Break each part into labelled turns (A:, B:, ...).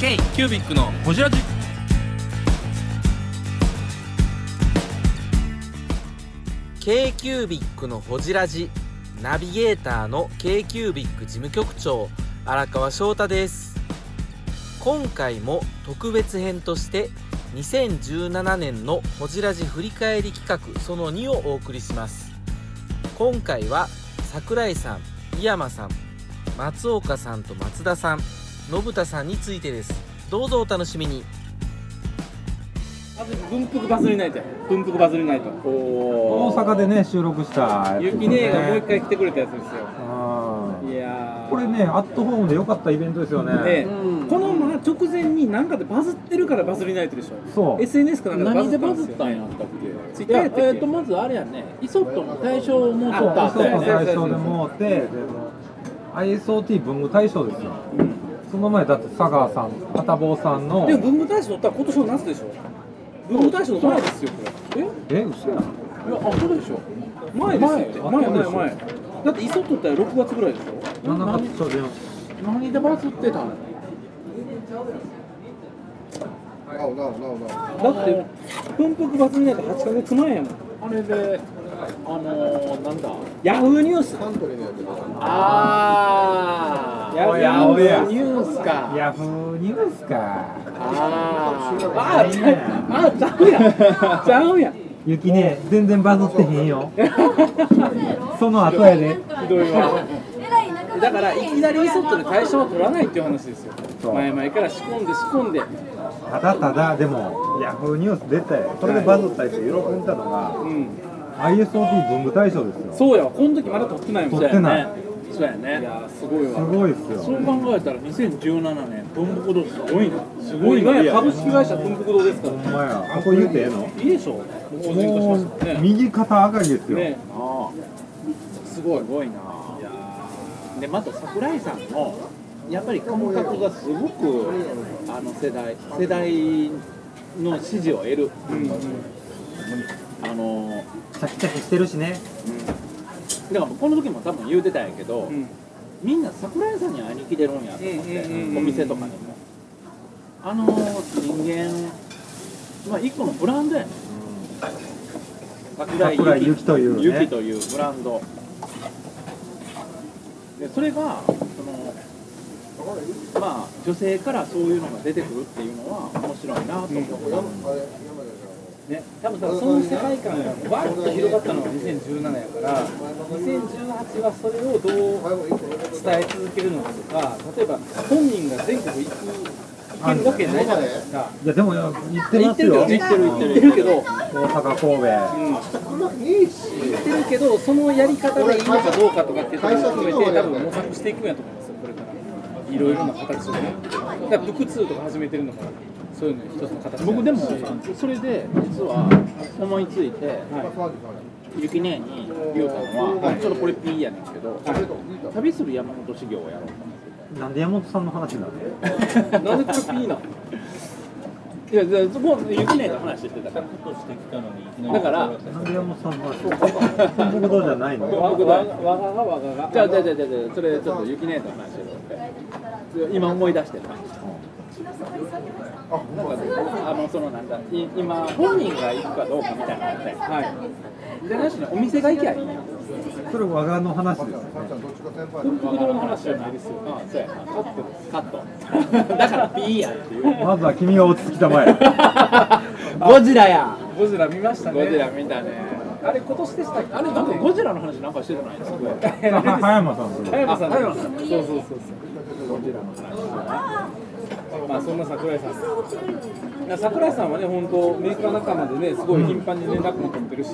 A: ケイキュービックのホジラジ
B: ー k q u b i c のほじラジナビゲーターの k q u b i c 事務局長荒川翔太です今回も特別編として2017年のほじラジ振り返り企画その2をお送りします今回は桜井さん井山さん松岡さんと松田さん信田さんについてですどうぞお楽しみに
A: 文福バズりないと文福バズりないと
C: 大阪でね収録したやつです
A: ゆ
C: ね
A: きねえがもう一回来てくれたやつです
C: あー
A: よいやー
C: これねアットホームで良かったイベントですよね、
A: ええこのま直前に何かでバズってるからバズりないとでしょ
C: そう
A: SNS かなんか
D: 何で
A: で
D: バ
A: バ
D: ズ
A: ズ
D: っ
A: ったた
D: ん
A: ん
D: や
A: や
D: ったっけ
A: ツイッターやったっけ
D: いやえーとまずあれやんねイソットの対象をもう取
C: そう
D: った後や
C: そう
D: ね
C: 最初でもうてでも ISOT 文具大賞ですよその前だって佐川さん片棒さんの
A: でも文具大賞取ったら今年の夏でしょ文具大賞の前ですよこれえ
C: え嘘やん
D: いやあそうでしょ
A: 前ですって
C: 前
A: 前前
C: あそう
A: 前
C: でしょ
A: だってイソットったら6月ぐらいでしょ
C: 7月初旬
D: 何でバズってたの
A: だって文福バズりないと8ヶ月前やもん
D: あれであのー、なんだ
A: ヤフーニュース
D: あー
C: おやおや
D: ニュースか
C: ヤフーニュースか
D: あー
A: あーちゃうあーちゃうやんちゃうやん
C: ゆきね全然バズってへんよその後やで
A: ひどいわだ
E: だ
A: か
E: からら
A: い
E: い
A: きな
E: きな
A: り
E: り
A: イ
E: イ
A: ソ
E: ソ
A: ッ
E: ッ
A: ト
E: ト
A: で
E: で
A: 対
E: 対
A: 象
E: 象
A: を取らないっていう話ですよ
C: そう
A: 前々から仕込んで仕込んで
C: ただただでもヤフーニュース出てそれでバズったりして喜んでたのが
A: うん、
C: ISOT 文具大賞ですよす
A: そうやわこの時まだ取ってないもん
C: 取ってない
D: そうやね
A: いやーすごいわ
C: ごいです
D: そ
C: よ
D: う考えたら2017年文庫堂すごいな
A: すごい今や株式会社文福堂ですから
C: お前らあこれ言うてええの
A: いいでしょもう法人化し
C: も
A: ま
C: う
A: したもんね
C: 右肩上がりですよ、
A: ね
D: ああすごいすごいなでまた桜井さんのやっぱり感覚がすごくあの世代世代の支持を得る、あの
C: シャキシャキしてるしね
D: だからこの時も多分言うてたんやけど、
A: ん
D: みんな桜井さんに会いに来てるんやと思って、
A: うんうんうんうん
D: お店とかでもあの人間まあ一個のブランドやね桜
C: 桜井ゆきというね
D: ゆきというブランドでそれがそのまあ女性からそういうのが出てくるっていうのは面白いなと思った、
A: ね、多分だからその世界観がわーっと広がったのが2017やから2018はそれをどう伝え続けるのかとか例えば本人が全国行く行けるわけないじゃないですか
C: いやでも言って
A: 行
C: ま
A: っ
C: す
A: てるけ
C: よ
A: どね行ってる行ってる行ってるけど
C: 大阪神戸
A: 行ってるけどそのやり方でいいのかどうかとかっていうところも含めて多分模索していくんやと思いますよこれからいろいろな形をねだからブック2とか始めてるのかなそういうの一つの形
D: 僕でもそれで実は思いついて、ゆきねえに言うたのは、
A: はい
D: ちょっとこれピーやねんけど、
A: は
D: 旅する山本修行をやろうと
C: なんで山本さんの話になるの
A: なんでこれピーなの
D: いやじゃあもうゆきねえと話してたからだから
C: なんで山本さんの話そんなことじゃないの
A: わわわががわがが
D: じゃあじゃあじゃあじゃあそれちょっとゆきねえと話してた今思い出してたなんかねあのそのなんだい今本人が行くかどうかみたいなのね
A: はい
D: でなしにお店が行きゃいいね
C: それ和賀の話ですよね
A: 文福堂の話じゃないですよ
D: あそうやなカットカットだからピーやんっていう
C: まずは君が落ち着きたま え
D: ゴジラや
A: ゴジラ見ましたね
D: ゴジラ見たね
A: あれ今年でしたっけ
D: あれなんかゴジラの話なんかしてるないですか
C: 葉山さんと
A: 早山さんだ
D: 葉山さ
A: そうそうそうそうまあそんな桜井さんな桜井さんはね本当メーカー仲間でねすごい頻繁に連絡も取ってるし、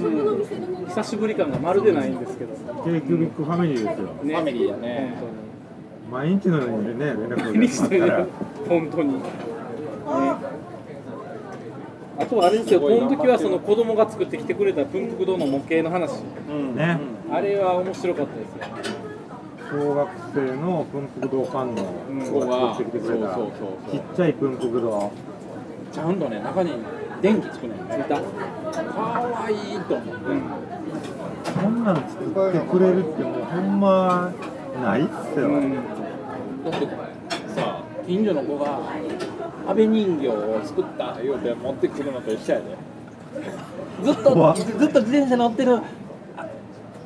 A: 久しぶり感がまるでないんですけど
C: k q b i c ファミリーですよ
D: フ
A: ね
D: ァミリーやね
C: 毎日のようにね連絡
A: 本
C: を
A: 当に
C: 取ってから
A: 本当に、ねあとはあれですよこの時はその子供が作ってきてくれた文福堂の模型の話
D: うん
C: ね
A: あれは面白かったですよ
C: 小学生の文福堂ファンの
D: そこ
C: 子
D: が
C: が
D: そ
C: 作
D: う
C: っ
D: そう
C: てきてくれた
D: そうそ
C: ちっ
D: う
C: ちゃい文福堂
D: ちゃんとね中に電気つくねん
A: ツイ
D: ね
A: ッター
D: かわいいと思う
C: こんなん作ってくれるってもうほんまないっすよ、
A: うん
D: だってさ近所の子が安倍人形を作った言うて持ってくるのと一緒やでずっと
C: 怖っ
D: ずっと自転車乗ってるあ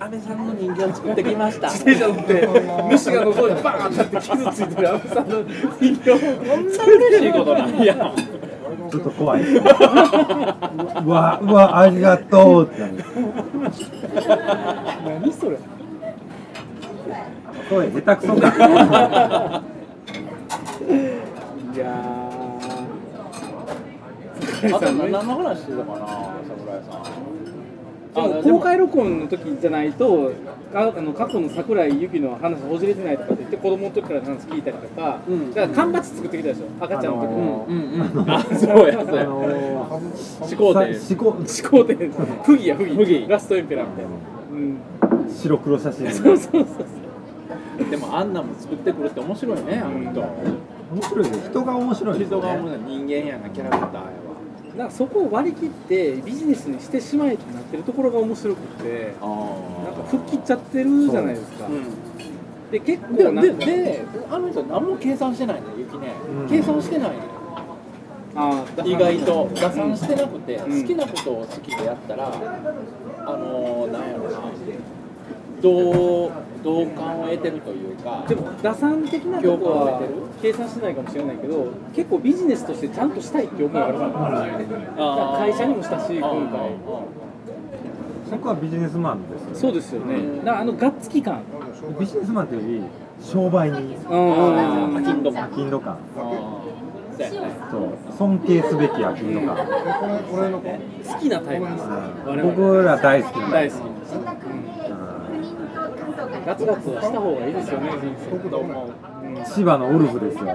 D: 安倍さんの人形を作ってきま した
A: 自転車乗って虫が向こうにバーンってって傷ついてる安倍さんの人形
D: そんな嬉しいことないやん
C: ちょっと怖い。 うわ、うわ、ありがとうってなる。
A: 何それ
C: そうや、下手くそか。
A: いやー
D: あと 何の話してたかな桜井さん
A: あ公開録音の時じゃないとかあの過去の桜井由紀の話ほじれてないとかって言って子供の時からの話聞いたりとか、
D: うん
A: だから缶バッチ作ってきたでしょ赤ちゃんの時
C: あ
A: の、
C: の
D: うんうんあそうやそう
C: あ
D: や
C: のー、
D: 始皇帝
C: さ思考
A: 始皇帝不義や不義
D: 不義
A: ラストエンペラーみたいな、うん、
C: 白黒写真。
A: そうそうそうそう
D: でもあんなも作ってくるって面白いねあの人
C: 面白いです。人が面白いです
D: 人
C: よ
D: が
C: ね。
D: 面白い人間やなキャラクターやわ
A: なんかそこを割り切ってビジネスにしてしまえってなってるところが面白くって
D: あ
A: なんか吹っ切っちゃってるじゃないですか、
D: う
A: で結構
D: ん、で
A: なんか
D: でであの人何も計算してないねゆきね、
C: うん
D: 計算してないね
A: あー
D: 意外と打算してなくて、
A: うん
D: 好きなことを好きでやったらあのー、なんやろな同同感を得てるというか
A: でも打算的なとこ
D: 共感を
A: は
D: 得てる
A: 計算してないかもしれないけど結構ビジネスとしてちゃんとしたいって思いがあるから
D: あー
A: 会社にもしたし今回
C: そこはビジネスマンですよね。
A: そうですよね、
D: うん
A: だからあのガッツ期感
C: ビジネスマンというより商売人
A: うん
D: あ金属あ
C: 頻度感
D: ーそうやね
C: と尊敬すべきや頻度感、
A: 好きなタイプです
C: う
A: 我
C: ん
A: 々
C: 僕ら大好きな
A: 大好きです、うん、ガツガツはした方がいいですよね人生どうも、
C: 千葉のウルフですよね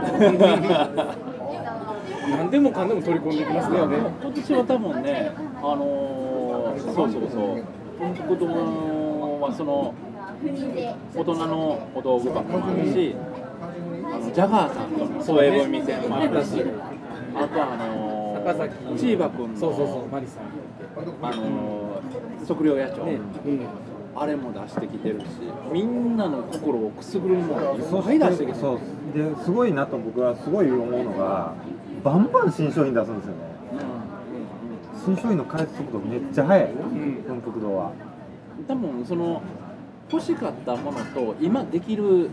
A: うん、何でもかんでも取り込んできますからね
D: 今年は多分ね、あのー、そうそうそう、子供はその大人のお道具箱もあるし、あのジャガーさんとの添え踏み線もあるし、あとはあのー、
A: 坂崎
D: 千葉君の
A: そうそうそうマリさん
D: あのー、測量野鳥、
A: ね、うん
D: あれも出してきてるし、みんなの心をくすぐるものい
C: そ
D: っ
C: し
D: ぱい出して
C: て
D: きて
C: そ
D: る
C: う。ですごいなと僕はすごい思うのがバンバン新商品出すんですよね新商品の開発速度めっちゃ速い
A: うん
C: 文福堂は
D: 多分その欲しかったものと今できる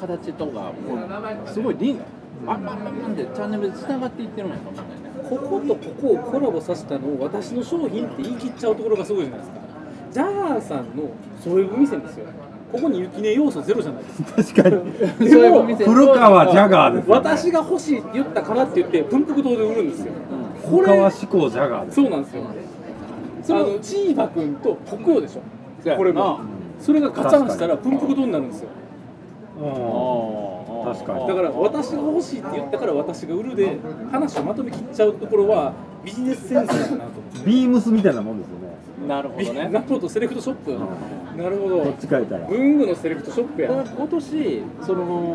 D: 形とかもうすごいリンあんまんでチャンネルでつながっていってるんやと思うんだよね
A: こことここをコラボさせたのを私の商品って言い切っちゃうところがすごいじゃないですかジャガーさんの添え踏み線ですよここに雪音要素ゼロじゃないですか
C: 確かに
D: そういうお店
C: 古川ジャガーですよ、ね、
A: 私が欲しいって言ったからって言って文福堂で売るんですよ
D: うん
A: こ
C: 古川
A: れ
C: 志向ジャガーです
A: そうなんですよそれあのチーバくんと国王でしょ
D: そうやな
A: これもそれがガチャンしたら文福堂になるんですよ
C: うん
D: ああ
C: 確かに
A: だから私が欲しいって言ったから私が売るで話をまとめきっちゃうところはビジネスセンスだなと思って
C: ビームスみたいなもんですよね
D: なるほどね
A: なるほどセレクトショップなるほ
C: こ
A: ど
C: っち書 いたら
A: 文具のセレクトショップ
D: だから
A: や
D: 今年その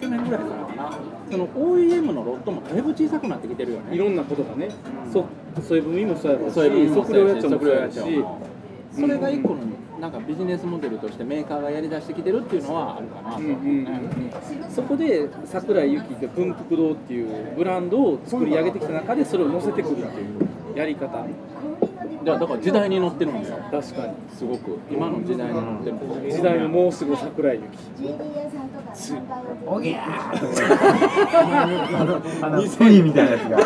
D: 去年ぐらいからかなその OEM のロットもだいぶ小さくなってきてるよ
A: い
D: ね
A: ろんなことがね、そそういう文もそうやろうし
D: そういう
A: 測量やっちゃもそうやし
D: それが一個のなんかビジネスモデルとしてメーカーがやりだしてきてるっていうのはあるかなと
A: う
D: 思
A: ん
D: う
A: うんうんうんそこで桜井由紀って文福堂っていうブランドを作り上げてきた中でそれを乗せてくるっていうやり方
D: だからだから時代に乗ってるんですよ
A: 確かに
D: すごく今の時代に乗ってるんですよ
A: 時代のもうすぐ桜井由紀
C: おぎゃーあの、あの、プリみたいなやつが。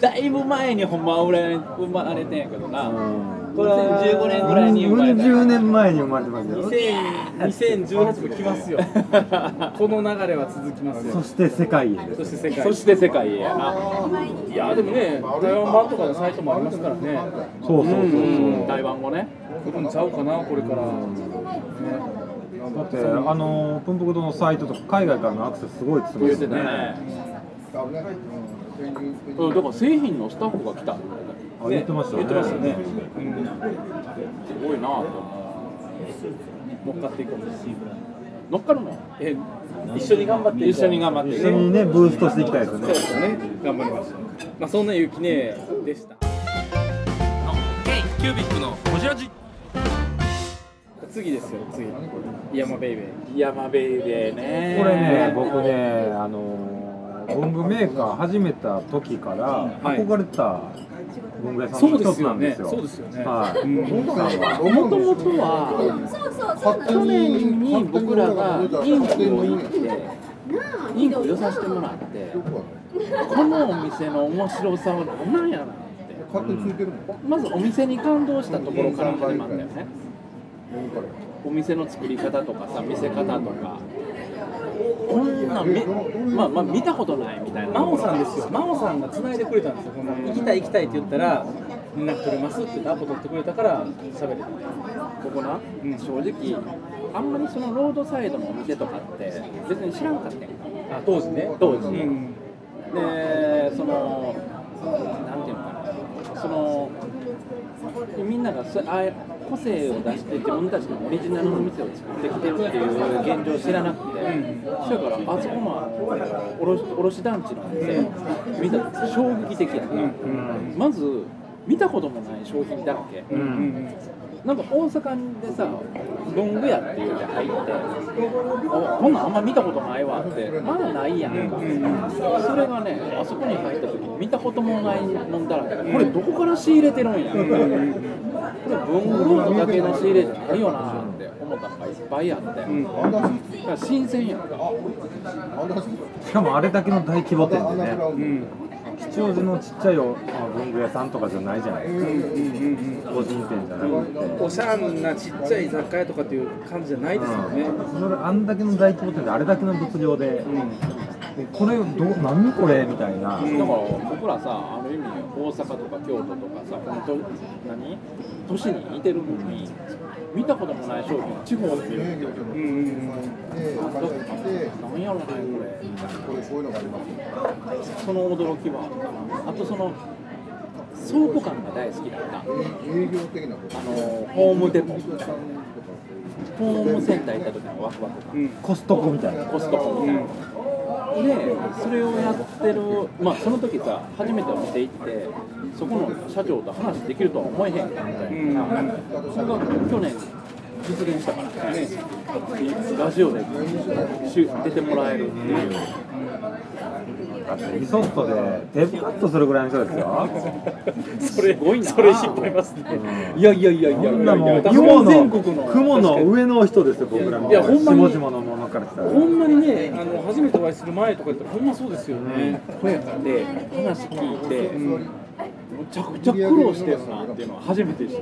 D: だいぶ前にほんま俺生まれてんやけどな、
C: うん
D: これは15年ぐらいに生まれた
C: 40年前に生まれてますよ。
A: 2018も来ますよこの流れは続きます
C: そ
A: よ
C: して世界へです
A: そして
C: ね。
A: 世界
D: そして世界へやない
A: やでもね台湾版とかのサイトもありますからね
C: そうそうそうそう。
D: 台湾語ね
A: 来るんちゃうかなこれから、
C: だって、あの、プンプク堂のサイトとか、海外からのアクセスすごいって言
D: 言
C: っ
D: ってて
C: ま
D: た
C: すよ
D: ね
C: ね。
D: うんだから製品のスタッフが来たす
C: あ言ってましたよ
A: 言ってましたね
C: ね。、
A: うん
D: ごいなと思
A: 乗っかっていこう
D: う乗っかるの
A: え一緒に頑張っていこう
D: 一緒に頑張ってい
C: 一
D: こう
C: 緒にね、ブーストしていきたいですよ
A: そう
C: ね
A: で。すね頑張りましたまあそんなゆきねでした
B: キュービックのこじらじ
A: 次ですよ次山ベイベー
D: 山ベイベーね
C: これね、僕ね、あのー文具メーカー始めた時から
A: はい
C: 憧れてた文具屋さん
A: そ
C: の
A: うで
C: 一
A: す
C: つ
A: よ
C: なんで
A: ね
C: すよ。
A: そうですよね
C: は
A: う
C: い。
A: ん
C: 文具さんは
D: もともとは
E: そうそうそうな
F: 勝手
D: 去
E: の
F: に
D: 年に僕らがインクを行ってインクを寄させてもらってこのお店の面白さは何なんやなって
F: 勝手についてるもん。
D: まずお店に感動したところから始まったよねお店の作り方とかさ見せ方とかこんなんみまあまあ見たことないみたいな
A: 真央さんですよ真央さんが繋いでくれたんですよこの行きたい行きたいって言ったら連絡取れますって言ってアポ取ってくれたから喋れた
D: ここな、
A: うん
D: 正直あんまりそのロードサイドのお店とかって別に知らんかったんか
A: あ当時ね
D: 当時
A: うん
D: でそのなんていうのかなそのみんながそあ個性を出して自分たちのオリジナルの店を作ってきてるっていう現状を知らなくて、そやからあそこの卸卸団地のお店見た時衝撃的やな、まず見たこともない商品だっけ、
C: う。
A: うんん
D: なんか大阪でさ文具屋っていうて入ってあこんなんあんま見たことないわってまだないやんか、それがねあそこに入った時見たこともないもんだらけこれどこから仕入れてるんや、これ文具ロードだけの仕入れじゃないよなって思ったのがいっぱいあって、だから新鮮やんか
C: しかもあれだけの大規模店でね、
A: うん
C: 吉祥寺のちっちゃいおあ文具屋さんとかじゃないじゃないですか。個人店じゃなくて。
A: おしゃんなちっちゃい雑貨屋とかっていう感じじゃないですよね、
C: うん、それあんだけの大規模店であれだけの物量で、でこれどう何これみたいな、
D: だから僕らさある意味大阪とか京都とかさ本当何都市に似てるのに見たこともない商品を地方で見るっていう
A: うんうん
D: なんやろねこれその驚きはあとその倉庫感が大好きだったあのホームデポホームセンター行った時のワクワク感
A: うん
C: コストコみたいな。
D: コストコみたいなでそれをやってるまあその時さ初めてお店行ってそこの社長と話できるとは思えへんかった
A: うんうんうん
D: それが去年実現したからねラジオでし出てもらえるっていう
C: だってリソットでテープカットするぐらいの人ですよ。
A: それ
D: すごいな
A: それ引っ張りますね、
C: う
A: いやいやいやいやい
C: こ
A: や
C: んなもう
A: 多
C: 雲
A: 分
C: の
A: 全国の
C: 雲の上の人ですよ僕らの。
A: いやほんまに
C: 下々のものからしたら。
A: ほんまにねあの初めてお会いする前とかやったらほんまそうですよね、
D: こやからで話聞いて、むちゃくちゃ苦労してるなっていうのは初めて知っ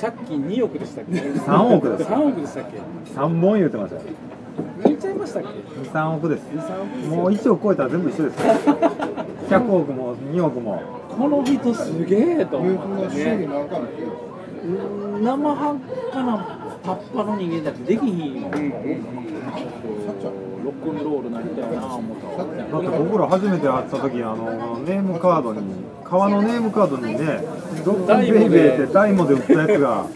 D: た
A: 借金2億でしたっけ
C: 3億です
A: 3億でしたっけ
C: 三本言ってましたよ。
A: 言っちゃいましたっけ
C: 二三億です。もう一億超えたら全部一緒ですよ。百億も二億も。
D: この人すげえと思ってね生半可なパッパの人間だってできひんよ、
A: うんうん
D: ロックンロールなりたいな思ったわ
C: だって僕ら初めて会った時あのネームカードに革のネームカードにね「ドッグベイベー」ってダイモで売ったやつが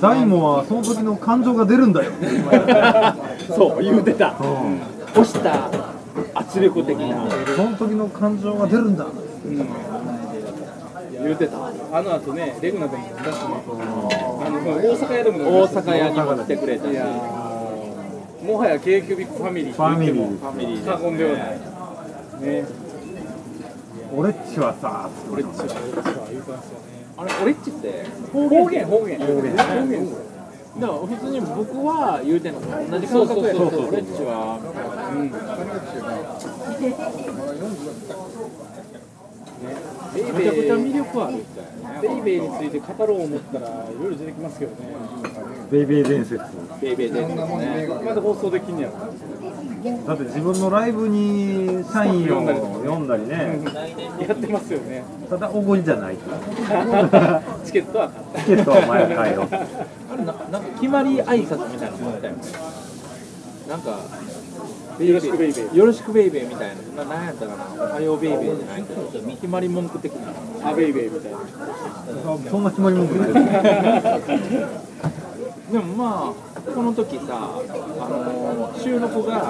C: ダイモはその時の感情が出るんだよ、
D: そう言うてた
C: うん、
D: 押した圧力的な
C: その時の感情が出るんだ
D: 言うてた
A: あの後ねレグナでも出してねあの大阪屋でも出
D: 大
A: し
D: 阪屋にも来てくれたし
A: もはや k キュービックファミリー
C: ファミリ
A: ー
C: ー
D: ミリー
A: 過言ではないね
C: 俺っちはさ
A: 俺っちは俺っちは言うてますよね
D: あれ俺っちって
A: 方言方言方言
D: だから普通に僕は言うてんのと同じ感覚や
A: そうそうそう
D: けど俺っちは
A: ベイベ
D: めちゃくちゃ
A: ー
D: 魅力あるって
A: ベイベーについて語ろう思ったらいろいろ出てきますけどね
C: ベイベー伝説
D: ベイベーでね
A: まだ放送できんねやろ
C: だって自分のライブにサインを読んだりね
A: やってますよね
C: ただおごりじゃない っていう
A: チケットは買っ
C: チケットはお前が買えよ
D: あれななんか決まり挨拶みたいなのもあったよねなんか
A: たよろしくベイベー
D: よろしくベイベーみたいなななんやったかなおはようベイベーじゃないけど 決まり文句的な
A: アベイベーみたいな
C: そんな決まり文句ないです
D: でもまあこの時さ、あのー収録が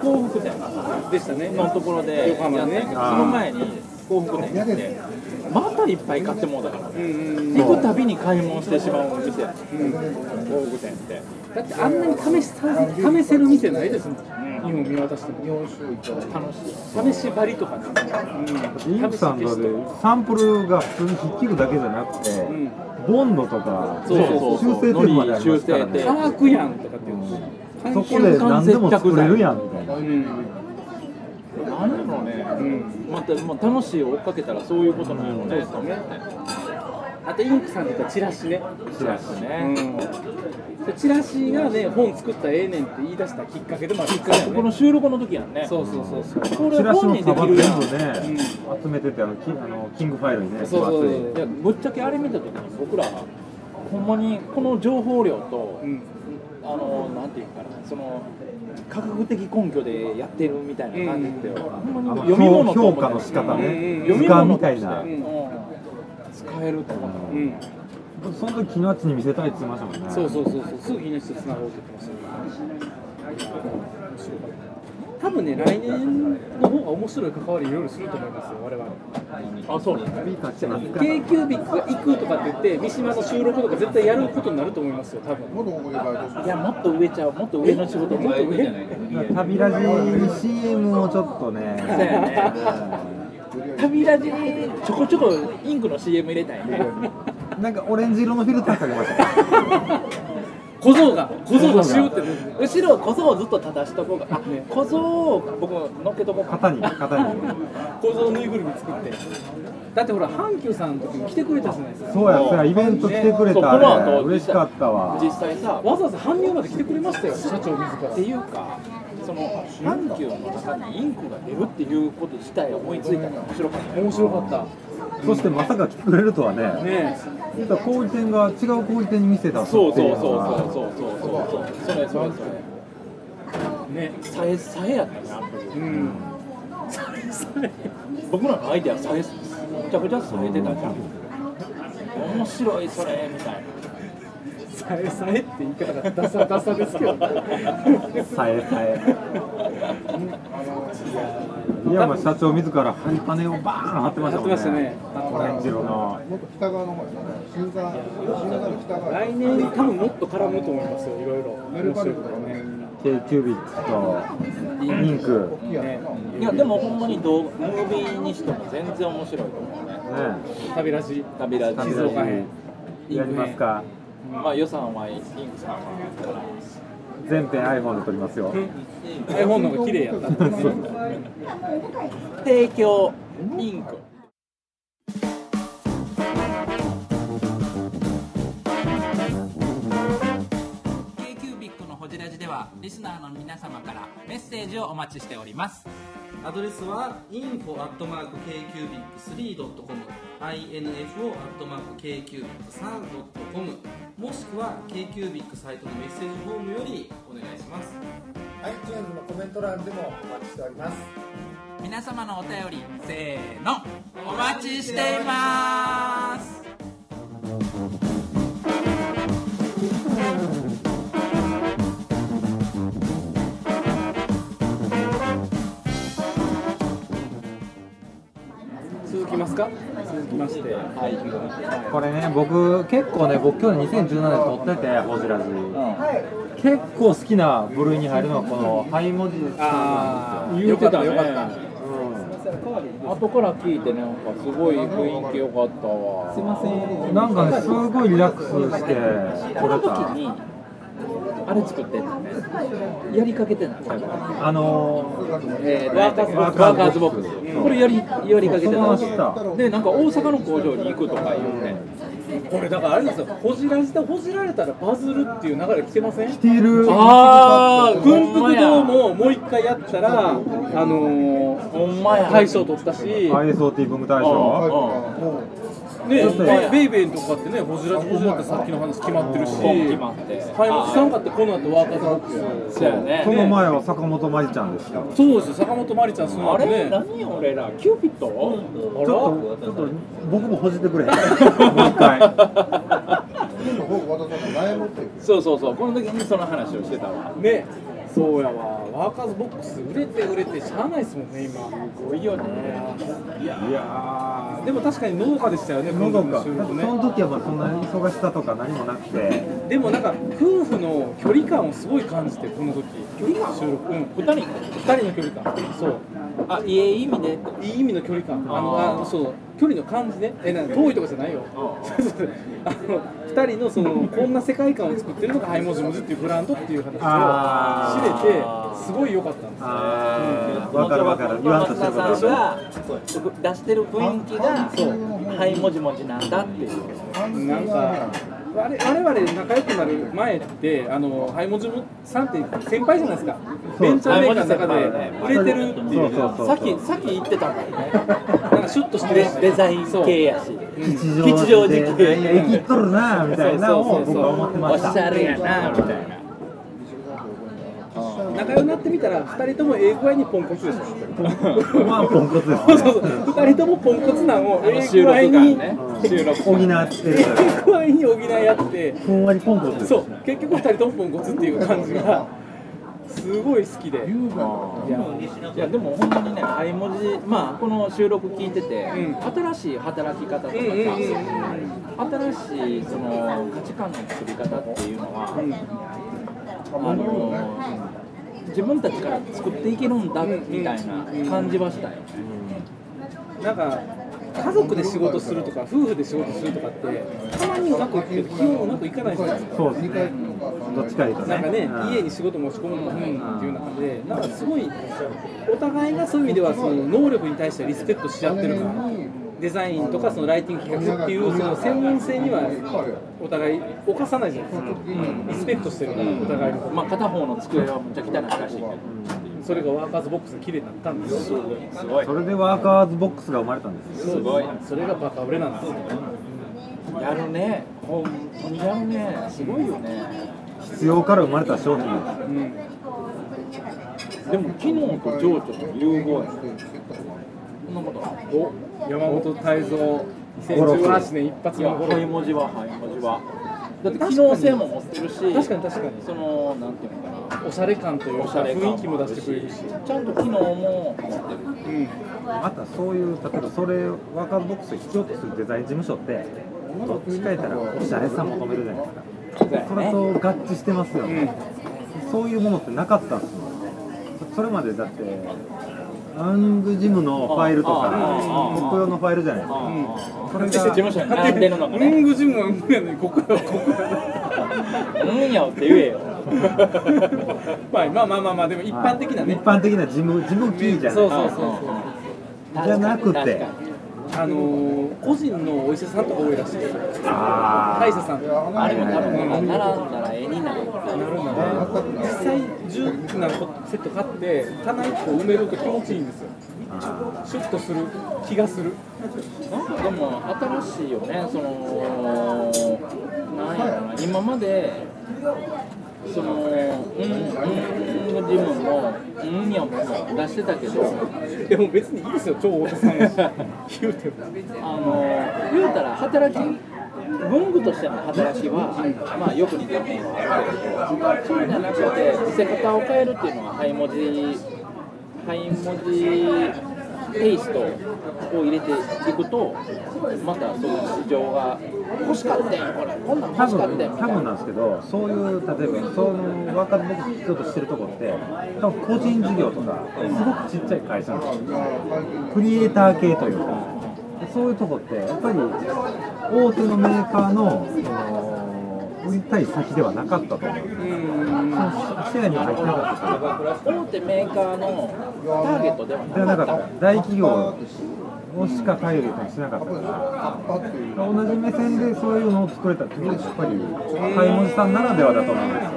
D: 幸福店
A: でしたね
D: のところでやったんやけど、
C: あー
D: その前に幸福店行ってまたはいっぱい買ってもうだからね、
A: うん
D: 行くたびに買い物してしまうお店やね、道具店って
A: だってあんなに試し試せる店ないですもん、
D: ん
A: 日本見渡しても日本
D: 楽しい
A: 酒試し張りとかね、
C: イン
A: 試
C: プ
A: し
C: さん
A: 消
C: だ
A: し
C: で
A: とか
C: サンプルが普通に引っ切るだけじゃなくて、
A: うん
C: ボンドとか、
D: そうそうそう
C: 修正テープまでありますから
D: 海苔修正テー
C: ね
D: プ
A: 科学やんとかっていう
C: そこで何でも作れるやんみたいな
A: うん
D: なんやろうね、
A: うん
D: また、まあ、楽しいを追っかけたらそういうことなんやろうね、と思って
A: あとインクさんとかチラシね、
C: チラシ
D: ね、
A: うん、チラシがね本作ったらええねんって言い出したきっかけでもあるから
D: この
A: ね
D: 収録の時やんね
A: そうそうそうそう
D: これ
C: チラシ
D: 本
C: の
D: にでき
C: 束全
D: るやん
C: 部ね、集めててあのキあのキングファイルにね
A: そうそうそう
D: いやぶっちゃけあれ見た時に僕らほんまにこの情報量と、
A: うん
D: あのなんていうかなその科学的根拠でやってるみたいな感じって、
A: うん
D: ほん
C: あ
D: まに
C: の
D: 読み物と思
C: 評
D: って
C: 価の仕方ね、
A: うんうん
D: 読み
C: 図鑑
D: 物
C: み
D: と
C: た
D: し
C: い
D: て
C: な、
D: うん使えると思ったから、
A: うん
C: その時木のやつに見せたいって言ってましたもんね
A: そうそうそうそうすぐ日の人つなごうって言ってましたよ多分ね来年の方が面白い関わりいろいろすると思いますよ我々
D: あそうなんだ
C: いい感じじゃないですか
A: k q b i c が行くとかって言って三島の収録とか絶対やることになると思いますよ多分
D: いやもっと上ちゃうもっと上の仕事もらえるんじゃない
C: 旅ラジに CM をちょっと
D: そうや
C: ね
D: ね旅ラジにちょこちょこインクの CM 入れたいね
C: なんかオレンジ色のフィルターかけましたね
A: 小僧が小僧がしようってね
D: 後ろ小僧をずっと正しとこうかあ小僧を僕乗っけとこうか
C: 肩に肩 に
A: 小僧ぬいぐるみ作ってだってほら阪急さんの時に来てくれたじゃないですか
C: そうやそうやイベント来てくれ
D: そう
C: た
D: この
C: ね
D: 後
C: 嬉しかったわ
D: 実際さ
A: わざわざ搬入まで来てくれましたよ社長自
D: っ
A: ら
D: ていうかその阪急の中にインクが出るっていうこと自体思いついたのが面白かった
A: 面白かった
C: そしてまさか来てくれるとはね
A: ね
C: 言うたら小売店が違う小売店に見せたって
D: そう
C: い
D: そううそう
C: のが
D: そうそうそうそうそれそれそれ
A: えね
D: さえさえやったねあの時
A: うん
D: 僕らのアイデアさえめちゃくちゃさえてたじゃん面白いそれみたいな
A: さえさえって言い方がダサダサですけど
C: さえさえいやまあ社長自ら針金をバーン貼ってま
A: やって
C: し
A: ま
C: た
A: した
C: もんね
A: ね
C: オレンジ色の
E: もっと北側の方やな。新座、新座の北側。
A: 来年多分もっと絡むと思いますよいろいろ
E: メル
A: 面
E: カリ
A: 白い
E: と
A: こ
E: か
A: とね
E: ね。
C: K キュービックとインク
E: 大きいやつな。
D: いやでもほんまに動ムービーにしても全然面白いと思うね
C: ね
A: 旅らしい
D: 旅ラジ
A: 静岡編
C: やりますか
D: まあ予算はインクさんは
C: 全編 iPhone で撮りますよ
A: iPhone の方が綺麗やった
D: 提供インク
F: キュービックのホジラジではリスナーの皆様からメッセージをお待ちしております
B: アドレスは info.kcubic3.com info.kcubic3.com もしくは KQBIC サイトのメッセージフォームよりお願いします
E: iTunes のコメント欄でもお待ちしております。
F: 皆様のお便りせーのお待ちしています
A: 続きますか続きまして
C: これね僕結構ね僕去年2017年撮っててホジラジ、結構好きな部類に入るのはこのハイ文字です
A: ああ
D: 言うてたね
A: よかった
D: 後から聞いてなんかすごい雰囲気良かったわすいません
C: うんなんかねすごいリラックスして撮
D: この
C: れ
D: 時
C: た
D: にあれ作ってんのねやりかけてんのこれ
C: あの
D: えーワーカーズボックス
C: ワ
D: ワー
C: ーカ
D: カー
C: ーズ
D: ズ
C: ボ
D: ボ
C: ッ
D: ッ
C: ク
D: ク
C: ス
D: スこれやりやりかけて
C: そ
D: た
C: の
D: わ
C: 話
D: け
C: した
D: でなんか大阪の工場に行くとか言うて
A: これだからあれですよほじられてほじられたらバズるっていう流れ来てません
C: 来ている
A: ああ軍服堂ももう一回やったらあのー、
D: ほんまや
A: 大賞取ったし、
C: ISOT 文具大賞
A: ね
C: そうそう
A: ベイベイベイのとこだってねほじらほじらってさっきの話決まってるし
D: 決まって
A: 開幕したんかってこの後ワーカーズボックス
D: そうやね
C: その前は坂本真理ちゃんでした
A: そうですよ坂本真理ちゃんその
D: あ
A: 後
D: れ
A: ね
D: 何俺らキューピット
C: ちょっとちょっと僕もほじってくれへんもう一回
E: でも僕渡さんが前もって。
D: そうそうそうこの時にその話をしてたわ
A: ねそうやわワーカーズボックス売れて売れてしゃあないですもんね今すごいよね
C: いや
A: でも確かにのどかでしたよね
C: ーのど
A: 今
C: か
A: 回の収録ね
C: その時はまあそんな忙しさとか何もなくて
A: でもなんか夫婦の距離感をすごい感じてこの時距離感収録うん2人二人の距離感そう
D: あいえいい意味でって
A: いい意味の距離感あのあそう距離の感じねえなんか遠いとかじゃないよそうそうそう あの2人のそのこんな世界観を作ってるのがハイモジモジっていうブランドっていう話を知れてすごい良かったんですよ
C: あーわかるわかる言わんとしてることでしょ
D: さんが出してる雰囲気が「はいもじもじなんだ」っていう
A: なんか我々我々仲良くなる前ってあのハイモジモさんって先輩じゃないですか
C: そう
A: ベンチャーメーカーの中で売れてるって
C: そ
A: いう
C: そうそう
D: さっきさっき言ってたもんね
A: なんかシュッとしてる
D: デデザイン系やし
C: 吉
D: 吉祥
C: 祥
D: 寺
C: 寺
D: 系
C: 系生きっとるなみたいなの
A: そ
C: を
A: うそうそうそう
C: 僕は思ってま
D: お
C: し
D: したゃれやなみたいな
A: 仲良くなってみたら2人とも英語にポンコツ です
C: まあポンコツで
A: そう
C: す
A: そう
C: ね
A: そう、2人ともポンコツなんを、ええ
D: 収
A: 具合
D: 録
A: に
D: 感、ね
A: 収録
C: 補って
A: え
C: る
A: え具合に補い合って、
C: ふんわりポンコツです
A: そう、結局2人ともポンコツっていう感じが、すごい好きで、いや、
D: いやでも本当にね、アイ文字、まあこの収録聞いてて、
A: うん
D: 新しい働き方とかさ、
A: うんうんうんうん
D: 新しいその価値観の作り方っていうのは、あの自分たちから作っていけるんだみたいな感じはしたよね。
A: なんか、家族で仕事するとか、夫婦で仕事するとかって、たまにうまくいくけど、基本うまくいかないじゃないですか。
C: そうですねどっちかいうとね
A: なんかね、
C: うん
A: 家に仕事持ち込むのかうんっていう中で、なんかすごい、お互いがそういう意味では、その能力に対してリスペクトし合ってるから、デザインとかそのライティング企画っていう、その専門性にはお互い犯さないじゃないですか、リスペクトしてるから、お互いの、
D: まあ片方の机はむっちゃ汚いらしいけど、
A: それがワーカーズボックスで綺麗になったんですよ、
D: すごい
C: それでワーカーズボックスが生まれたんですよ
A: すごい、それがバカ売れなんですよ、
D: やるね、本当にやるね、すごいよね。
C: 必要から生まれた商品なんです
A: うん、
D: でも機能と情緒の融合や。そんなことない。
A: お山本泰造、2018年一発
D: い
A: 目
D: や、
A: の
D: ハ
A: 頃
D: イ文字はハイ文字は。だって機能性も持ってるし、
A: 確かに確かに、
D: そのなんていうのかな、
A: おしゃれ感という
D: お
A: か、
D: しゃれ感
A: 雰囲気も出してくれるし。
D: ちゃんと機能も持ってる。
A: うん
C: またそういう例えばそれワーカーズボックスを必要とするデザイン事務所ってどっちか言ったらおしゃれさ求めるじゃないですかそれと合致してますよね、そういうものってなかったんですもんそれまでだってラウングジムのファイルと
D: あ
C: か
D: ああ
C: 国用のファイルじゃないですか
D: うん
C: それ
D: そして事務
C: が
D: 所に並んでるのが
A: ウン
D: ね、
A: グジムは無理やねんここよここ
D: うんやって言えよ。
A: よまあまあまあまあでも一般的なね
C: 一般的な事務事務キーじゃない
A: そうそうそう
C: じゃなくて
D: 確かに
A: あのー、個人のお医者さんとか多いらしいですよ
C: あ
A: 歯医者さんとか
D: あれも多分習ったら絵になるっていう。
A: なるので実際10なセット買って棚1個埋めると気持ちいいんですよシュッとする気がする
D: なんかでも新しいよね、そのなんやろな、今まで、その、うん、うん、うん、自分の、うんやもん出してたけど、
A: でも別にいいですよ超大田さんやし言うても
D: あの言うたら、働き、文具としての働きは、まあ、よく似てるものはあるけど、そうじゃなくて、見せ方を変えるっていうのは、ハイ文字、ハイ文字テイストを入れていくと、またその市場が、欲しかったやん、これ、こんなん
C: 多
D: 欲しか
C: 分
D: ったやんみ
C: 多
D: たいな
C: 分なんですけど、そういう、例えば、その若手僕、必要としてるところって、多分個人事業とか、すごくちっちゃい会社なんですよ、クリエイター系というか、そういうところって、やっぱり大手のメーカーのその売りたい先ではなかったと思うんですよ、そのシェアには入ってなかったというか、
D: 大手メーカーのターゲットでは
C: で
D: な
C: な
D: か
C: ん
D: った
C: か大企業をしか頼りにしてなかったから、同じ目線でそういうのを作れたっていうのは、やっぱり、買い物さんならではだと思うんですよ。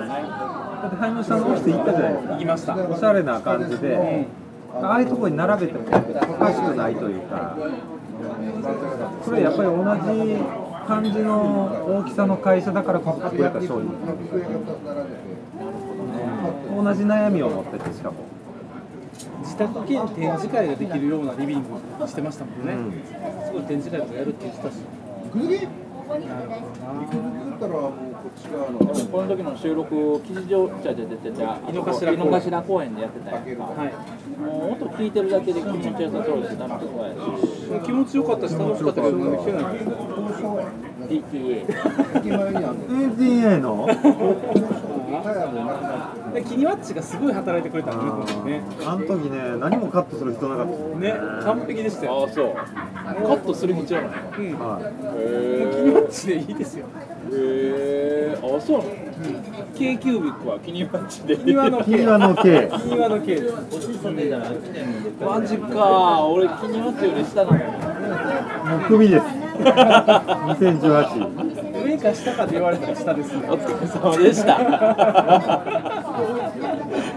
C: だって、買い物さんのオフィス行ったじゃないですか。
A: いました
C: おしゃれな感じで、ああいうところに並べてもおかしくないというか、それやっぱり同じ感じの大きさの会社だからこそ作れた商品うん同じ悩みを持っててしかも、
A: 自宅兼展示会ができるようなリビングにしてましたもんね、すごい展示会とかやるって言ってたし
G: お肉大好き。
D: でもこの時の収録吉祥ちゃちゃちゃちゃ
A: 井の頭公園
D: 井の頭公園でやってたやんか
A: はい
D: もう音聞いてるだけで気持ちよさそうやし楽しそうやし
A: 気持ちよかったし楽しかったけど来てないです
D: いいって言え
C: 18の
A: でキニワッチがすごい働いてくれたんだね
C: あの時ね何もカットする人なかったです
A: この時ねね完璧でしたよ
D: ああそうカットする必要ない
A: うんもう
C: は
A: キニ
D: へ
A: ワッチでいいですよ
D: えああそうなの k キュービックは気に入っちで
A: キニワの
C: い
A: K
C: キニワの K
A: キニワの K です
D: マジか俺気に入っちより下なの
C: もうクビです 2018
A: 上か下かって言われたら下ですね
D: お疲れ様でした。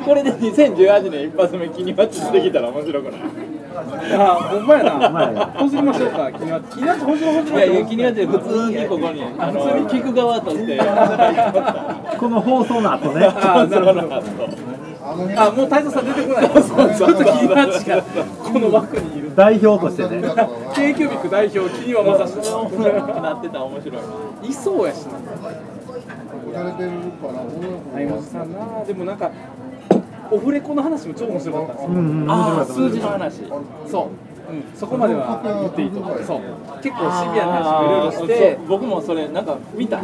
D: これで2018年一発目キニマッチしてきたら面白くない。
A: あほんまや
C: ほんまやな
A: なほじりましょうかキニワッチキニワッチほじろうほじろう
D: いやキニマッチ普通にここにあの聞く側として。
C: この放送の後ね
A: あなるほどあもう太蔵さん出てこないずっとキニワッチがこの枠にいる
C: 代表としてね
A: k キュービック代表キニワマサシ
D: なってたら面白い。
A: いそうやしな。あいもさんな、でもなんか。オフレコの話も超面白かったんですよ。
C: うんうん面白か
D: ああ
C: った
D: 数字の話。
A: そう、うん、そこまでは言っていいと思う。そう、結構シビアな話もいろいろし
D: あー
A: て
D: そ。う僕もそれなんか見た。うん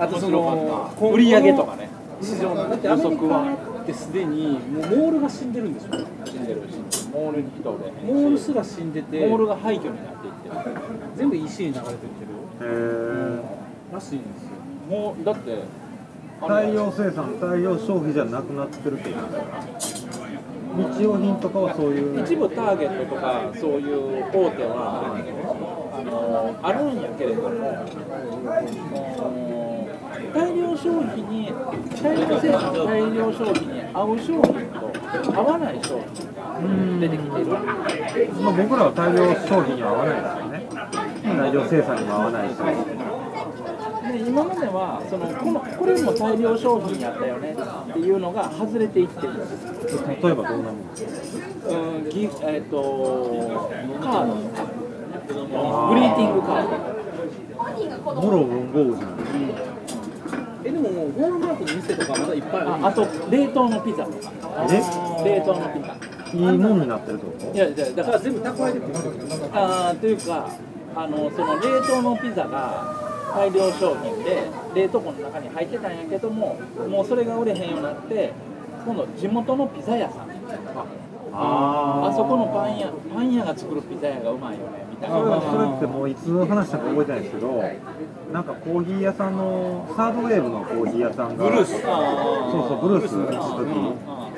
A: あとその
D: 売り上げとかね。
A: 市場のだってアメリカってすでにもうモールが死んでるんでしょ
D: 死んでる死んでる。モールに人で。
A: モールすら死んでて
D: モールが廃墟になっていってる。
A: 全部 EC に流れてるけど
C: へー
A: らしいんですよ
D: もうだってあの
C: 大量生産大量消費じゃなくなってるけど日用品とかはそういう
D: 一部ターゲットとかそういう大手はあのあるんやけれどもあの大量消費に大量生産と大量消費に合う商品と合わない商品出てきてる
C: まあ、僕らは大量消費には合わないですよね、大量生産にも合わないし、
D: で今まではそのこのこれも大量商品やったよねっていうのが外れていってるんです
C: 例えばどんなもの
D: うんギえっとカードグリーティングカー
C: モロ文豪じゃない
A: えでももうウォールマークの店とかまだいっぱいある
D: ドああと冷凍のピザとか冷凍のピザ
C: えいいもんになってるってこと
D: いやいやだ
A: だ
D: か
A: からら全部蓄えてくるんですよ
D: あーというかあのその冷凍のピザが大量商品で冷凍庫の中に入ってたんやけどももうそれが売れへんようになって今度地元のピザ屋さん
C: あ
D: あそこのパン屋パン屋が作るピザ屋がうまいよねみたい
C: それ
D: な
C: それってもういつの話したか覚えてないですけどなんかコーヒー屋さんのサードウェーブのコーヒー屋さんがブルース
D: あ
C: そうそうブルースの時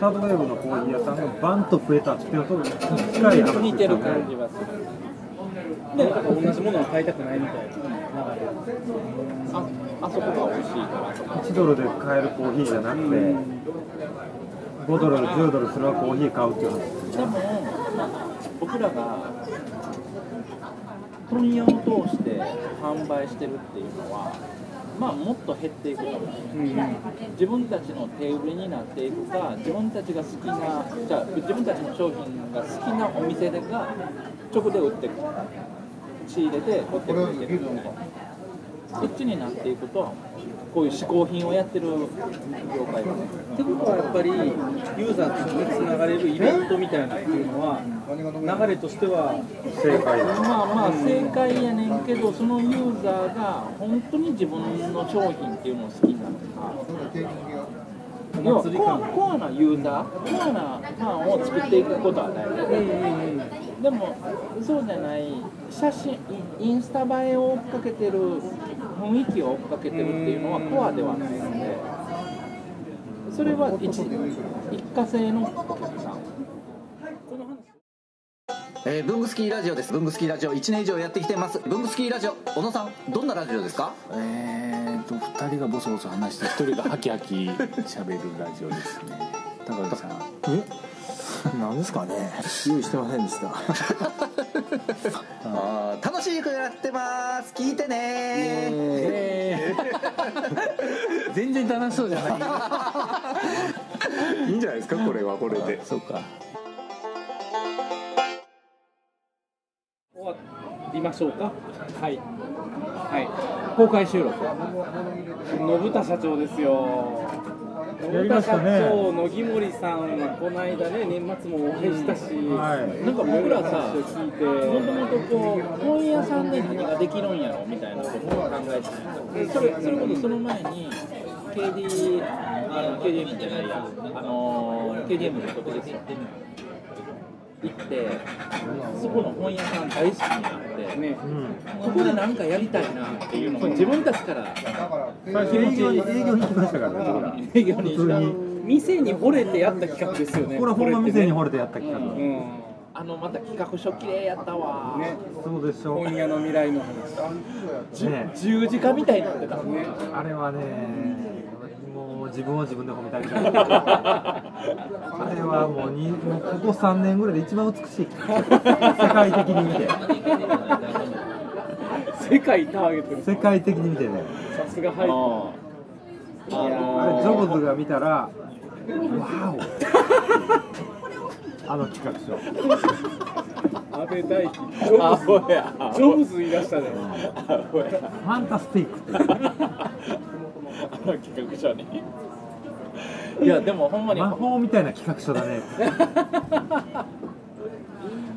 C: サードウェーブのコーヒー屋さんがバンと増えたっていうのと近い話ですよ
D: ー
C: ね
D: 似てる感じはする
A: でなんか同じものは買いたくないみたいな流れ
D: ああそこが美味しいからとか
C: 1ドルで買えるコーヒーじゃなくて5ドル10ドルするコーヒー買うっていう話
D: 多分僕らが問屋を通して販売してるっていうのはまあもっと減っていくと思う自分たちの手売りになっていくか自分たちが好きなじゃあ自分たちの商品が好きなお店が直で売ってく仕入れて売ってくれてるそっちになっていくとは思うこういう嗜好品をやってる業界はね
A: ってことはやっぱりユーザーとつながれるイベントみたいなっていうのは流れとしては
C: 正解です
D: まあまあ正解やねんけどそのユーザーが本当に自分の商品っていうのを好きなのか要は
A: お祭り
D: コア
A: 感
D: コアなユーザーコアなファンを作っていくことは大事でもそうじゃない写真インインスタ映えを追っかけてる雰囲気を追っかけてるっていうのはコアではないのでそれは一一過性のお客さん
H: えー、ブングスキーラジオですブングスキーラジオ1年以上やってきてますブングスキーラジオ小野さんどんなラジオですか
I: えーと2人がボソボソ話して1人がハキハキ喋るラジオですね高木さんえなんですかね用意してませんでした
H: あー楽しい曲やってます聞いてね
I: 全然楽しそうじゃないいいんじゃないですかこれはこれでそうか
A: 終わりましょうかはいはい公開収録信田社長ですよ
C: や
A: 信
C: りま
A: 田
C: し
A: 社
C: たね
A: 長野木森さんはこの間ね年末もお会いしたし、
C: はい
A: なんか僕らさ聞いて
D: もともとこう本屋さんで何ができるんやろみたいなことを考えてたんやけどそれそれこそその前に KD あの KDM じゃないやあの KDM のとこですよ行ってそこの本屋さん大好きになって、
A: ね
C: うん
D: ここで何かやりたいなっていうのが自分たちから
C: 最初営業営業に行きましたからね僕ら
D: 営業に
C: 普通に
A: 店に惚れてやった企画ですよね
C: これはほんま店に
A: 惚
C: 惚れてやった企画、
A: うん
D: あのまた企画書綺麗やったわ、
A: ね
C: そうでしょ
A: 本
C: ね
A: 屋の未来の話
D: 十字架みたいになってた
A: ね
C: あれはねもう自分を自分で褒めてあげたいあれはもうにもうここ3年ぐらいで一番美しい世界的に見て
A: 世界ターゲットに
C: 世界的に見てね
A: さすが
D: あ
A: 入っ
D: の
C: あれジョブズが見たらわーおあの企画書
A: 安倍大輝
D: ア
A: ジョ
D: ホや
A: ブズジョブズ言い出したね
D: アホや
C: ファンタスティックっていう
D: あの企画書にいやでもほんまに
C: 魔法みたいな企画書だね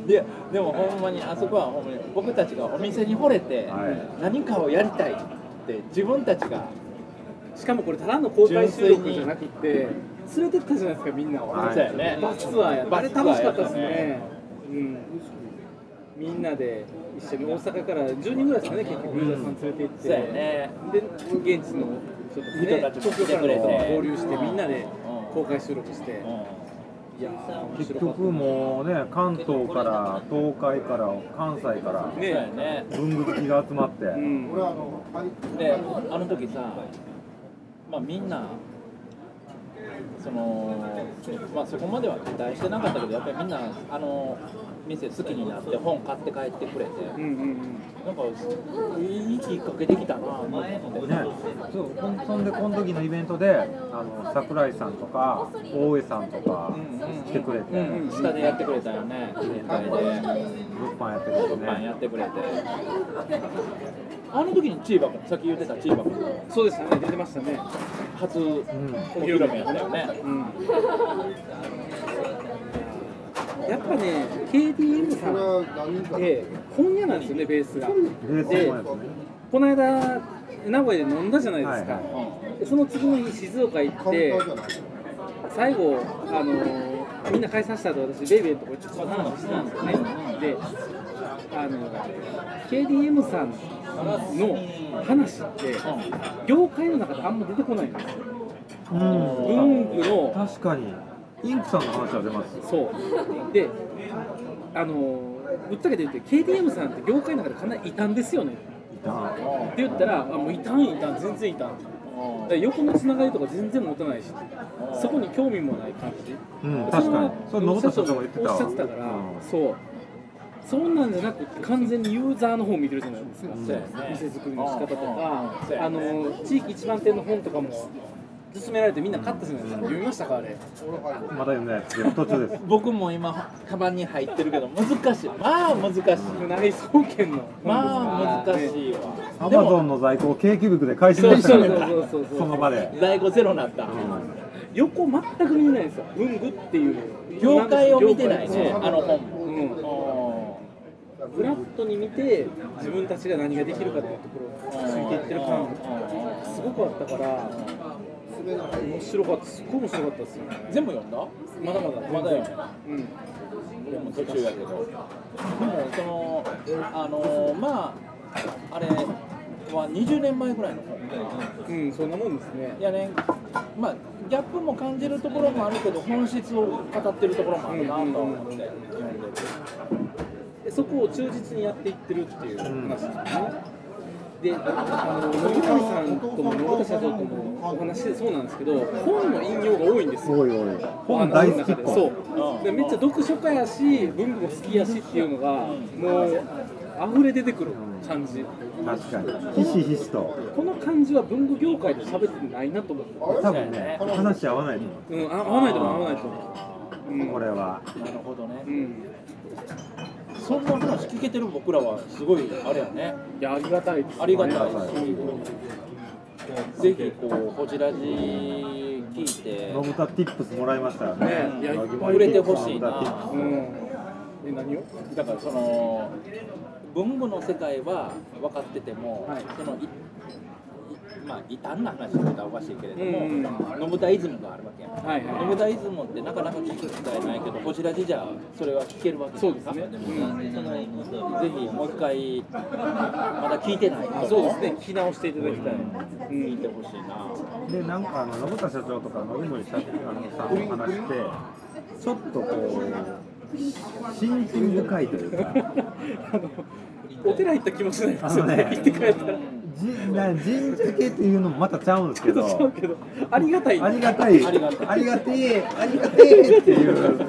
D: いやでもほんまにあそこはほんまに僕たちがお店に惚れて
C: は
D: 何かをやりたいって自分たちが
A: しかもこれただの公開収録じゃなくて連れてったじゃないですかみんなを、
C: はい
D: そうやね
A: バスツアーやったあれ楽しかったですねうん、みんなで一緒に大阪から10人ぐらいですかね結局ユーザーさん連れて行って、
D: そうやね
A: で現地のちょっと、ね、
D: 人たちも
A: 東
D: 来
A: 京
D: て
A: か
D: くれ
A: ら
D: て
A: の合流して
D: うん
A: みんなで
D: うん
A: 公開収録して、いやー面
C: 結
A: 白かった
C: 局もうね関東から東海から関西から
D: そうやね
C: 文具好きが集まって、
A: うん
D: であの時さまあみんなそのまあそこまでは期待してなかったけどやっぱりみんなあの店好きになって本買って帰ってくれて
A: うんうん
D: なんかいいきっかけできたなと思って
C: ね、そうほんそんでこの時のイベントであの桜井さんとか大江さんとか来てくれて
D: うんうん下でやってくれたよね全体で
C: 物販やってくれて
D: パン
C: ね
D: やってくれてあの時にチーバくんさっき言ってたチーバくん
A: うんそうでしたね出てましたね
D: 初お披露目やったよね
A: うんやっぱね KDM さんって本屋なんですよねベースが
C: ベースもやってね
A: この間名古屋で飲んだじゃないですか、
C: はいは
A: その次の日静岡行って最後あのーみんな解散した後私ベイベーのところちょっと話してたんですよねであの KDM さんの話って業界の中であんま出てこないんですよ
C: うん
A: 文具の
C: 確かにインクさんの話は出ます
A: そうであのぶっちゃけて言って KDM さんって業界の中でかなり異端ですよね
C: いた
A: って言ったらあもう異端異端全然異端で横のつながりとか全然持たないしそこに興味もない感じ
C: うん確かにそ
A: そ
C: れ
A: れは
C: 信田社長が言ってた
A: お
C: わ
A: っしゃってたから、
C: うん
A: そうそんなんじゃなくて完全にユーザーの方見てるじゃないですか、
C: うん
D: そうやね
A: 店作りの仕方とか、
D: うん
A: あの地域一番店の本とかも勧められてみんな買ったじゃないですか、読みましたかあれ
C: まだ読んでないですけど途中です
D: 僕も今カバンに入ってるけど難しいまあ難しい
A: 内装券の
D: まあ難
A: い
D: しいわ
C: ア
D: で
C: マゾ
D: も
C: ンの在庫を景気ブックで返しましたから
A: そうそうそう
C: ね
A: そう
C: その場で
D: 在庫ゼロになった
C: う
A: 横全く見えないんですよ文具っていう
D: 業界を見てないね
A: そう
D: あの本も
A: うんフラットに見て自分たちが何ができるかっていうところをついていってる感すごくあったから面白かったすっごい面白かったですよ
D: 全部読んだ
A: まだま
D: ま
A: だ
D: だ読んだ
A: うん
D: でも途中やけど、でもその、あのまあ、あれは20年前ぐらいの本で、
A: うんそんなもんですね
D: いやね、まあ、ギャップも感じるところもあるけど、本質を語ってるところもあるなとは思って、読んでる
A: でそこを忠実にやっていってるっていう話ですよね、で、あの野上さんとも野田社長ともお話でそうなんですけど本の引用が多いんですよ
C: んおいおい本大好きっ子
A: そうでめっちゃ読書家やし文具も好きやしっていうのがもう溢れ出てくる感じ
C: 確かにひしひしと
A: この感じは文具業界で喋ってないなと思う
C: 多分ね話合わないと思
A: うんあ合わないと思う合わないと思う、うん、
C: うこれは
D: なるほどね
A: う、ん
D: そんな話聞けてる僕らはすごいあれやね
A: いやありがたいです
D: ありがたいし、ぜひこうホジラジ聞いて
C: ノブタティップスもらいましたよね
A: ねいやいっぱい
D: 売れてほしいな
C: ノブタティップス
A: うんえ何を
D: だからその文具の世界は分かってても、
A: はい
D: そのいいまあ異端な話って言ったらおかしいけれど
A: うんうん
D: も、信田イズムがあるわけやん。
A: はいはい
D: 信田イズムってなかなか聞く機会ないけど、こちらじじゃそれは聞けるわけ
A: そうですね
D: やんかぜひもう一回、まだ聞いてない人
A: そうですね聞き直していただきたい、
D: 聞いてほしいな。
C: でなんかあの信田社長とか信森社長さんの話してちょっとこう親近深いというか
A: お寺行った気もしないですよ
C: あ
A: ね
C: のね
A: 行って帰ったら
C: じな神社系っていうのもまたちゃうんですけど
A: そうけどありがたい
C: ありがたい
D: ありがたい
C: ありがてえありがてえっていう、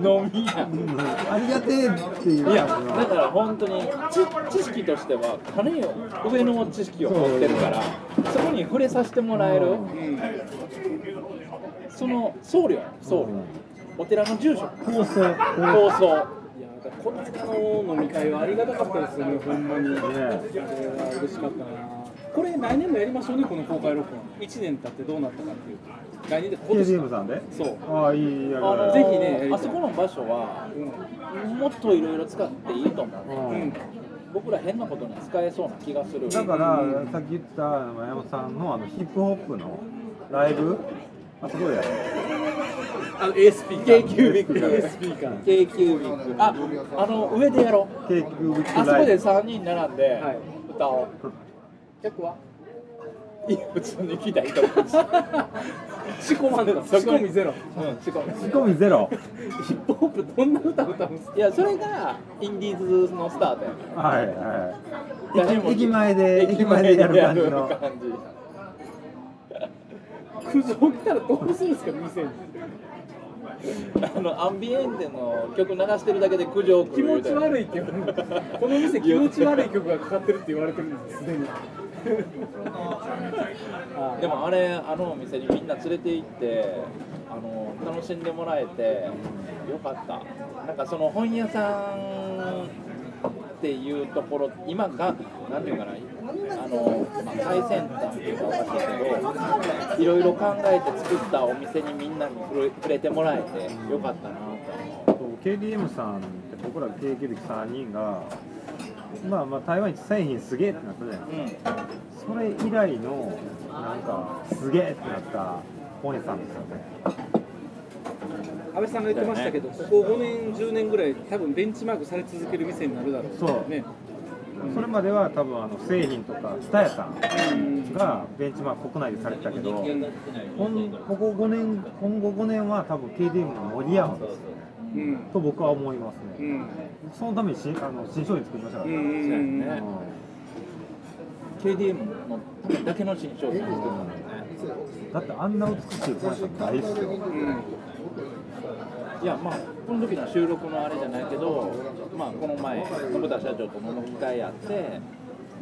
D: 飲みや。
C: うんありがてえっていう
D: いや
C: 感じの
D: だから本当に知知識としては種よ上の知識を持ってるからそこに触れさせてもらえる、その僧侶や僧侶、お寺の住職
C: 放送
D: 放送
A: いやだからこの間の飲み会はありがたかったですよねほんまに、あれは嬉しかったなこれ来年もやりましょうねこの公開録音1年経ってどうなったかっていう来年で今年
C: KDM さんで
A: そう
C: ああいいいいやり
D: あの
C: た
A: ぜ
C: い
A: ひね
D: あそこの場所はもっといろいろ使っていいと思う
C: うん
A: うん
D: 僕ら変なことに使えそうな気がする
C: だからさっき言った山本さんのあのヒップホップのライブあそこでやる
A: あの A スピーカー
D: k ービック
A: A スピーカー
D: k ービックああの上でやろう
C: ケーキウィッ
D: あ
C: グ
D: そこで
C: ライブ
D: 3人並んで
A: はい
D: 歌おう、
A: 100はい
D: や普通に聞いたらいいと思います。
A: 仕込ま んだ仕込みゼロ
D: うん、しかも
C: 仕込みゼロ
A: ヒップホップどんな歌歌うんですか
D: いや、それがインディーズのスタートやね。
C: はいはい
D: 誰も
C: 駅前で駅前でやる感じの
D: やる感じ
A: 苦情来たらどうするんですか店に
D: あのアンビエンテの曲流してるだけで苦情来る
A: 気持ち
D: い
A: 悪いって言われるこの店気持ち悪い曲がかかってるって言われてるんですすでにあ
D: でもあれあのお店にみんな連れて行ってあの楽しんでもらえてよかったなんかその本屋さんっていうところ今が何ていうかなあの、まあ、最先端っていうかおかしいけどいろいろ考えて作ったお店にみんなに触れ触れてもらえてよかったなと思う
C: そう KDM さんって僕ら経営歴3人がまあまあ台湾一製品すげえってなったじゃない
D: うん
C: ですかそれ以来のなんかすげえってなった本屋さんですよね
A: 安倍さんが言ってましたけど、ここ5年、10年ぐらい、多分ベンチマークされ続ける店になるだろう、
C: そう
A: ね、
C: それまでは多分あの製品とか蔦屋さん
A: うん
C: がベンチマーク国内でされてたけどこんここ5年今後5年は多分 KDM が盛り合うんですよ
A: うん、
C: と僕は思います
A: う
C: ね
A: ん、
C: そのために新あの新商品作りましたか
A: う
C: ら、
A: ん、うん、
C: うん
D: KDM のだけの新商品作ったの
C: だってあんな美しい本屋さんないっすよ
D: いやまあこの時の収録のあれじゃないけどまあこの前信田社長と飲む機会あって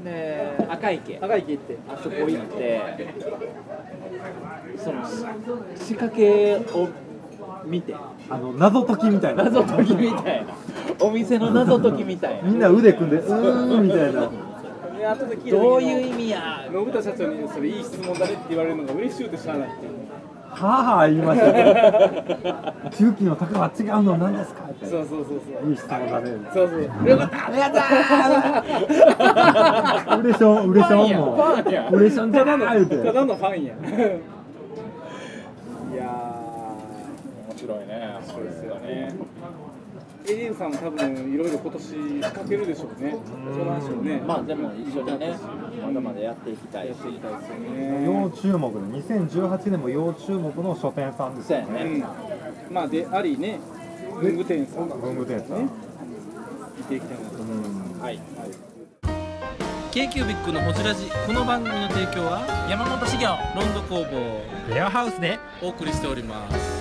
D: で赤池
A: 赤池行って、
D: あそこ行ってそのし仕掛けを見て
C: あの謎解きみたいな
D: 謎解きみたいなお店の謎解きみたい
C: みん
D: な
C: な腕組んでうーんみたいな
A: で後で聞いた時
D: どういう
A: 意
D: 意味や
A: 信田社長に、それいい質問だねって言われるのが嬉しゅうてしゃあないっていう、
C: はあはあ言いましたね重機の高は違うのは何ですかって
A: そうそうそうそう、
C: いい質問だね
A: そうそう、よかった、
C: ありがとううれしょんうれしょんも
D: パンや
C: ううれしょんじゃないって
A: ただのファンや。いや
D: 面白いねそうですよね
A: ー、エリンさんも多分いろいろ今年仕掛けるでしょうね、その話をね。
D: まあでも一緒にねまだまだやっていきたいし
C: 要注目で2018年も要注目の書店さんです
D: そう
C: よ
D: やね
A: うん、まあでありね文具店さん
C: 文具店さん、
A: 見ていきたいなと
C: うん
D: はい
B: k q b i c のホジラジこの番組の提供は山本資源ロンド工房レアハウスでお送りしております